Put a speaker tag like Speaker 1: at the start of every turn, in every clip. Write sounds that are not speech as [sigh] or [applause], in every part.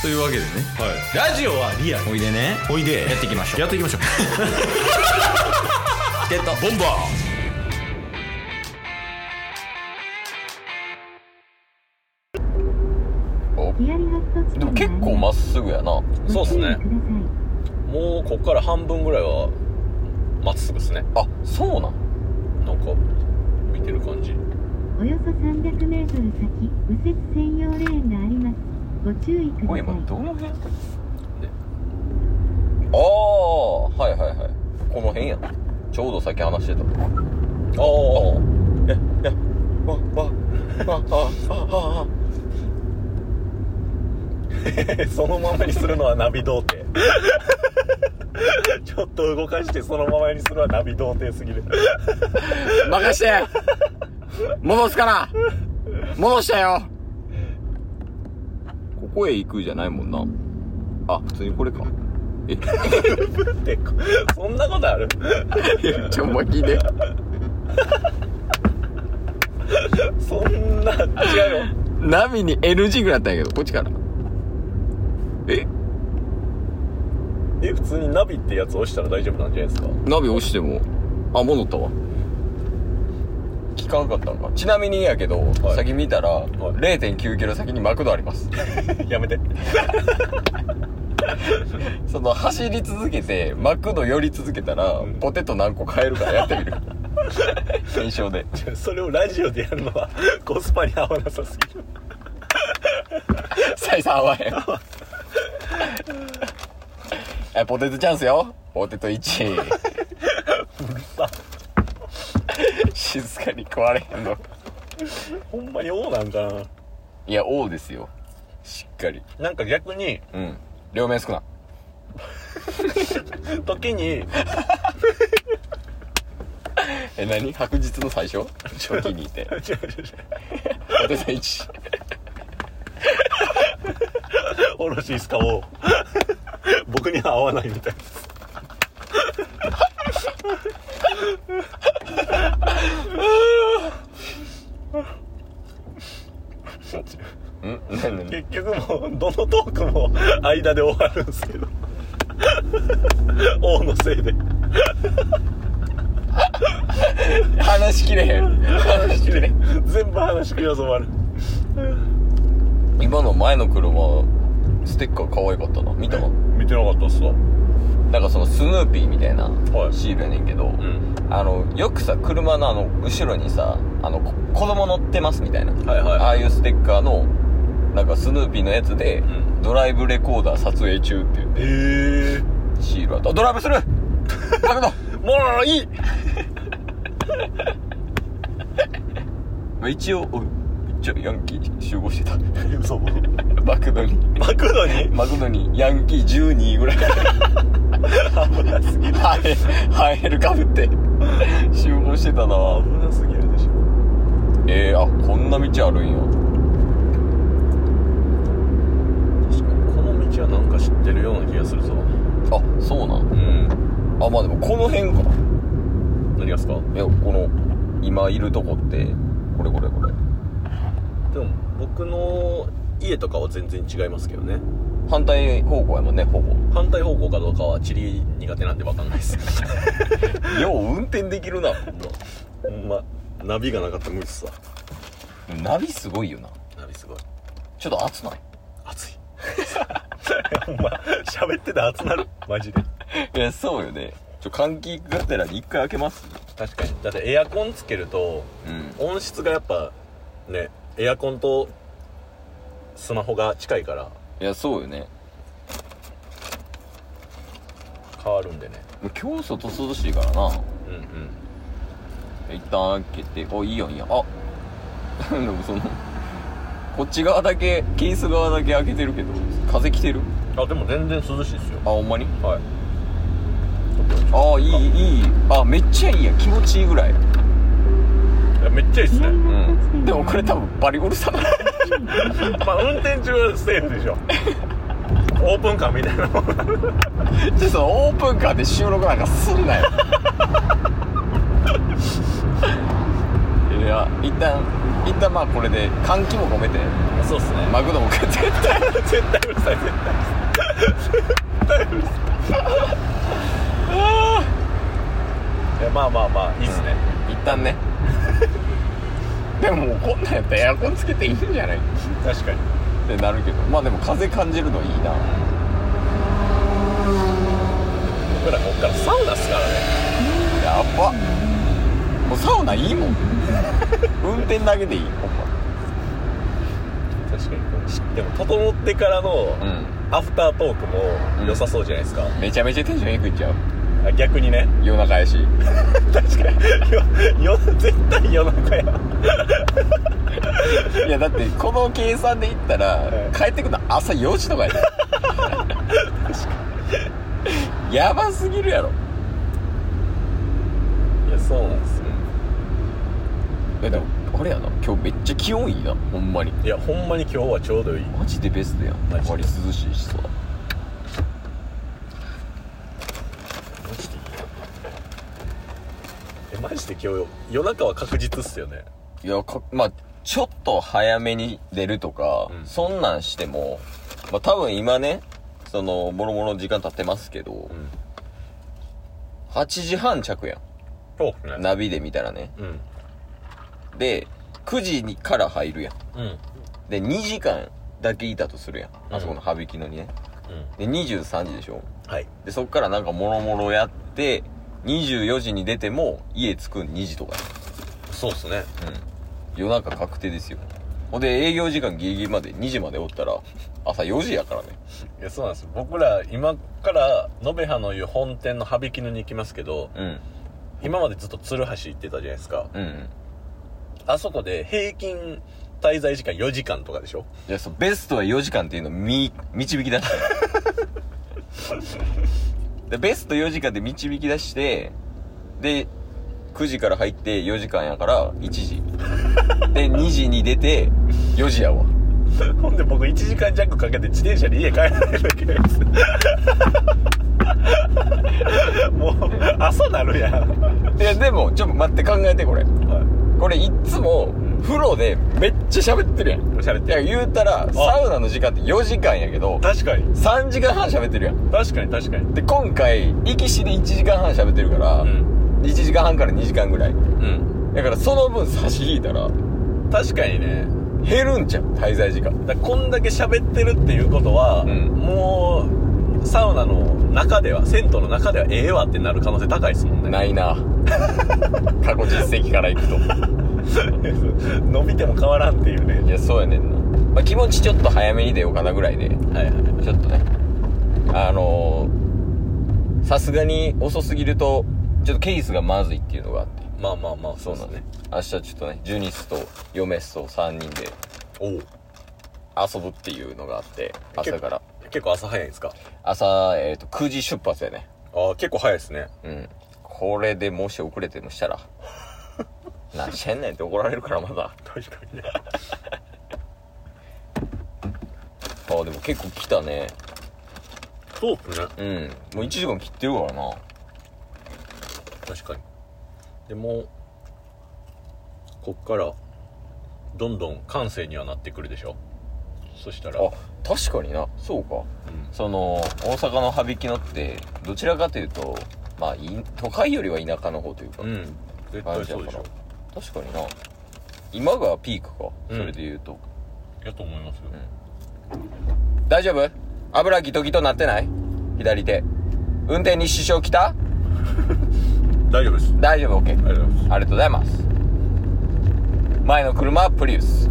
Speaker 1: というわけでね
Speaker 2: はい、ラジオはリアル
Speaker 1: おいでね
Speaker 2: おいで
Speaker 1: やっていきましょう
Speaker 2: やっていきましょう
Speaker 1: [laughs] ゲット
Speaker 2: ボンバ
Speaker 3: でも結構まっすぐやな
Speaker 2: ーそうっすねもうこっから半分ぐらいはまっすぐっすね
Speaker 3: あそうなん
Speaker 2: なんか見てる感じ
Speaker 4: およそ300メートル先、右折専用レーンがあります。ご注意くださ
Speaker 3: これ
Speaker 4: い
Speaker 3: 今。どの辺ああはいはいはいこの辺やちょうどさっき話してたとこ
Speaker 2: ああ
Speaker 3: わわわあああ
Speaker 2: そのままにするのはナビ童貞ちょっと動かしてそのままにするのはナビ童貞すぎる [laughs]
Speaker 5: 任して戻すから戻したよ
Speaker 3: ここへ行くじゃないもんなあ普通にこれかえ
Speaker 2: ってそんなことある
Speaker 5: [laughs]
Speaker 2: [laughs]
Speaker 5: ちょ、もう聞いて。
Speaker 2: そんな違うよ
Speaker 5: ナビに NG ぐらいあったんやけど、こっちから。え
Speaker 2: え普通にナビってやつ押したら大丈夫なんじゃないですか [laughs]
Speaker 5: ナビ押しても、あ、戻ったわ。
Speaker 3: 聞かんかったのかちなみにやけど、
Speaker 2: い
Speaker 3: 先見たら、
Speaker 2: い
Speaker 3: 0.9キロ先にマクドあります [laughs]
Speaker 2: やめて
Speaker 3: その走り続けてマクド寄り続けたら、
Speaker 2: ん
Speaker 3: ポテト何個買えるからやってみる検証 [laughs] で
Speaker 2: それをラジオでやるのはコスパに合わなさすぎる
Speaker 3: 採算合わへんえポテトチャンスよポテト1 [laughs] 静かに食われへんの
Speaker 2: ほんまに王なんかない
Speaker 3: や O ですよしっかり
Speaker 2: なんか逆に
Speaker 3: うん両面少な
Speaker 2: 時に
Speaker 3: え何白日の最初時にいて
Speaker 2: 違う違う違う
Speaker 3: ポテト1
Speaker 2: おろしいすかを僕には合わないみたいです
Speaker 3: ん何何
Speaker 2: 結局もうどのトークも間で終わるんですけど王のせいで
Speaker 3: 話しきれへん話しきれへん
Speaker 2: 全部話し切りは染まる
Speaker 3: 今の前の車ステッカー可愛かったな見た
Speaker 2: 見てなかったっすわ
Speaker 3: なんかそのスヌーピーみたいないシールやねんけど、
Speaker 2: ん
Speaker 3: あのよくさ車のあの後ろにさあのこ子供乗ってますみたいな、
Speaker 2: はいはい
Speaker 3: ああいうステッカーのなんかスヌーピーのやつで、
Speaker 2: ん
Speaker 3: ドライブレコーダー撮影中っていう
Speaker 2: ええ
Speaker 3: シールあったドライブするマクド
Speaker 2: もういい
Speaker 3: まあ一応お一応ヤンキー集合してた
Speaker 2: [laughs] 嘘マ
Speaker 3: マクドに
Speaker 2: クドに
Speaker 3: マクドにヤンキー12ぐらい
Speaker 2: 危なすぎる
Speaker 3: ハエハエルかぶって集合してたな
Speaker 2: 危なすぎるでしょ
Speaker 3: えー、あこんな道あるんや
Speaker 2: 確かにこの道はなんか知ってるような気がするぞ
Speaker 3: あそうなん
Speaker 2: うん
Speaker 3: あまあでもこの辺か
Speaker 2: 何がっすか
Speaker 3: いやこの今いるとこってこれこれこれ
Speaker 2: でも僕の家とかは全然違いますけどね
Speaker 3: 反対方向やもんねほぼ
Speaker 2: 反対方向かどうかは地理苦手なんで分かんないです
Speaker 3: よう運転できるな
Speaker 2: [laughs] ほんまナビがなかったら無理っすわ
Speaker 3: ナビすごいよな
Speaker 2: ナビすごい
Speaker 3: ちょっと熱ない
Speaker 2: 暑い [laughs] ほんま喋ってて暑なるマジで
Speaker 3: いやそうよねちょ換気がてらに一回開けます
Speaker 2: 確かにだってエアコンつけると
Speaker 3: うん
Speaker 2: 音質がやっぱねエアコンとスマホが近いから
Speaker 3: いやそうよね
Speaker 2: 変わるんでね
Speaker 3: もう今日外涼しいから
Speaker 2: うん
Speaker 3: な
Speaker 2: うん
Speaker 3: 一旦開けておいいやんいいやんあ [laughs] でもそのこっち側だけケース側だけ開けてるけど風来てる
Speaker 2: あでも全然涼しいですよ
Speaker 3: あほんまに
Speaker 2: はい
Speaker 3: あいいいいあめっちゃいいやん気持ちいいぐらい
Speaker 2: いやめっちゃいいっすね
Speaker 4: 左側
Speaker 3: う
Speaker 4: 地点
Speaker 3: んでもこれ多分バリうるさない
Speaker 2: まあ運転中はセーフ [laughs] でしょオープンカーみたいなもん
Speaker 3: ちょっとオープンカーで収録なんかすんなよえいや一旦一旦まあこれで換気も込めて
Speaker 2: そうっすね、
Speaker 3: マグロも食って
Speaker 2: 絶対うるさい絶対うるさい絶対うるさいあーいやまあまあまあいいっすね、
Speaker 3: 一旦ねでももうこんなんやったらエアコンつけていいんじゃないっ
Speaker 2: 確かに
Speaker 3: てなるけどまあでも風感じるのいいな
Speaker 2: 僕らこっからサウナっすからね
Speaker 3: やっばもうサウナい
Speaker 2: [laughs]
Speaker 3: いもん運転だけでいいほんま
Speaker 2: 確かにしでも整ってからの
Speaker 3: う
Speaker 2: アフタートークも良さそうじゃないですか、
Speaker 3: んめちゃめちゃテンションえぐいんちゃう
Speaker 2: あ逆にね
Speaker 3: 夜中やし
Speaker 2: 確かに [laughs] よよ絶対夜中や
Speaker 3: いやだってこの計算でいったら
Speaker 2: い
Speaker 3: 帰ってくるの朝4時と
Speaker 2: [laughs]
Speaker 3: かやでやばすぎるやろ
Speaker 2: いやそうなんですよ
Speaker 3: えでもあれやな今日めっちゃ気温いいなほんまに
Speaker 2: いやほんまに今日はちょうどいい
Speaker 3: マジでベストやん
Speaker 2: マジで
Speaker 3: 周り涼しいしさ
Speaker 2: マジでえマジで今日夜中は確実っすよね
Speaker 3: いやかまあちょっと早めに出るとか、
Speaker 2: うん
Speaker 3: そんなんしても、まあ、多分今ねそのもろもろ時間経ってますけど、
Speaker 2: うん
Speaker 3: 8時半着や
Speaker 2: そうっすね
Speaker 3: んナビで見たらね
Speaker 2: うん
Speaker 3: で9時にから入るやん
Speaker 2: うんうん
Speaker 3: で2時間だけいたとするやん
Speaker 2: うん
Speaker 3: あそこの羽引きのにねで23時でしょ
Speaker 2: はい
Speaker 3: でそっからなんかもろもろやって24時に出ても家着くん2時とかや
Speaker 2: そうっすね
Speaker 3: うん夜中確定ですよほんで営業時間ギリギリまで2時までおったら朝4時やからね
Speaker 2: いやそうなんです僕ら今から延べ葉の湯本店の羽引きのに行きますけど
Speaker 3: うん
Speaker 2: 今までずっと鶴橋行ってたじゃないですか
Speaker 3: うんうん
Speaker 2: あそこで平均滞在時間4時間とかでしょ
Speaker 3: いやそうベストは4時間っていうのをみ導き出
Speaker 2: [laughs]
Speaker 3: したでベスト4時間で導き出してで9時から入って4時間やから1時
Speaker 2: [laughs]
Speaker 3: で2時に出て4時やわ
Speaker 2: ほんで僕1時間弱かけて自転車で家帰らないといけないです [laughs] もう朝なるやん、
Speaker 3: いやでもちょっと待って考えてこれ
Speaker 2: は
Speaker 3: これいっつも風呂でめっちゃ喋ってるやん
Speaker 2: い、おしゃれっ
Speaker 3: いや
Speaker 2: て
Speaker 3: 言うたらサウナの時間って4時間やけど
Speaker 2: 確かに
Speaker 3: 3時間半喋ってるやん
Speaker 2: 確かに確かに
Speaker 3: で今回行き死で1時間半喋ってるから、
Speaker 2: うん
Speaker 3: 1時間半から2時間ぐらい
Speaker 2: うん
Speaker 3: だからその分差し引いたら
Speaker 2: 確かにね
Speaker 3: 減るんちゃう滞在時間
Speaker 2: だからこんだけ喋ってるっていうことは、
Speaker 3: うん
Speaker 2: もうサウナの中では銭湯の中ではええわってなる可能性高いですもんね
Speaker 3: ないな [laughs] 過去実績からいくと
Speaker 2: [laughs] 伸びても変わらんっていうね
Speaker 3: いやそうやねんな、まあ、気持ちちょっと早めに出ようかなぐらいで
Speaker 2: はいはい
Speaker 3: ちょっとねあのーさすがに遅すぎるとちょっとケースがまずいっていうのがあって
Speaker 2: まあまあまあそうですね
Speaker 3: 明日ちょっとねジュニスとヨメスと3人で
Speaker 2: おお
Speaker 3: 遊ぶっていうのがあって朝から
Speaker 2: 結構朝早いんですか
Speaker 3: 朝、えー、と9時出発やね
Speaker 2: ああ結構早いですね
Speaker 3: うんこれでもし遅れても [laughs] したらなんしてんねんって怒られるからまだ
Speaker 2: 確かにね
Speaker 3: ああでも結構来たね
Speaker 2: そうですね
Speaker 3: うんもう1時間切ってるからな
Speaker 2: 確かにでもこっからどんどん感性にはなってくるでしょそしたら
Speaker 3: あ確かになそうか
Speaker 2: うん
Speaker 3: その大阪の羽引野ってどちらかというとまあい都会よりは田舎の方というか、
Speaker 2: うん絶
Speaker 3: 感
Speaker 2: 対
Speaker 3: じや
Speaker 2: そう
Speaker 3: か
Speaker 2: でし
Speaker 3: ら
Speaker 2: ょ
Speaker 3: 確かにな今がピークか、
Speaker 2: うん
Speaker 3: それで言うと
Speaker 2: やと思いますよ、
Speaker 3: 大丈夫油ギトギトなってない左手運転に支障きた
Speaker 2: 大丈夫です
Speaker 3: 大丈夫 OK
Speaker 2: ありがとうござい
Speaker 3: ありがとうございます前の車はプリウス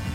Speaker 1: す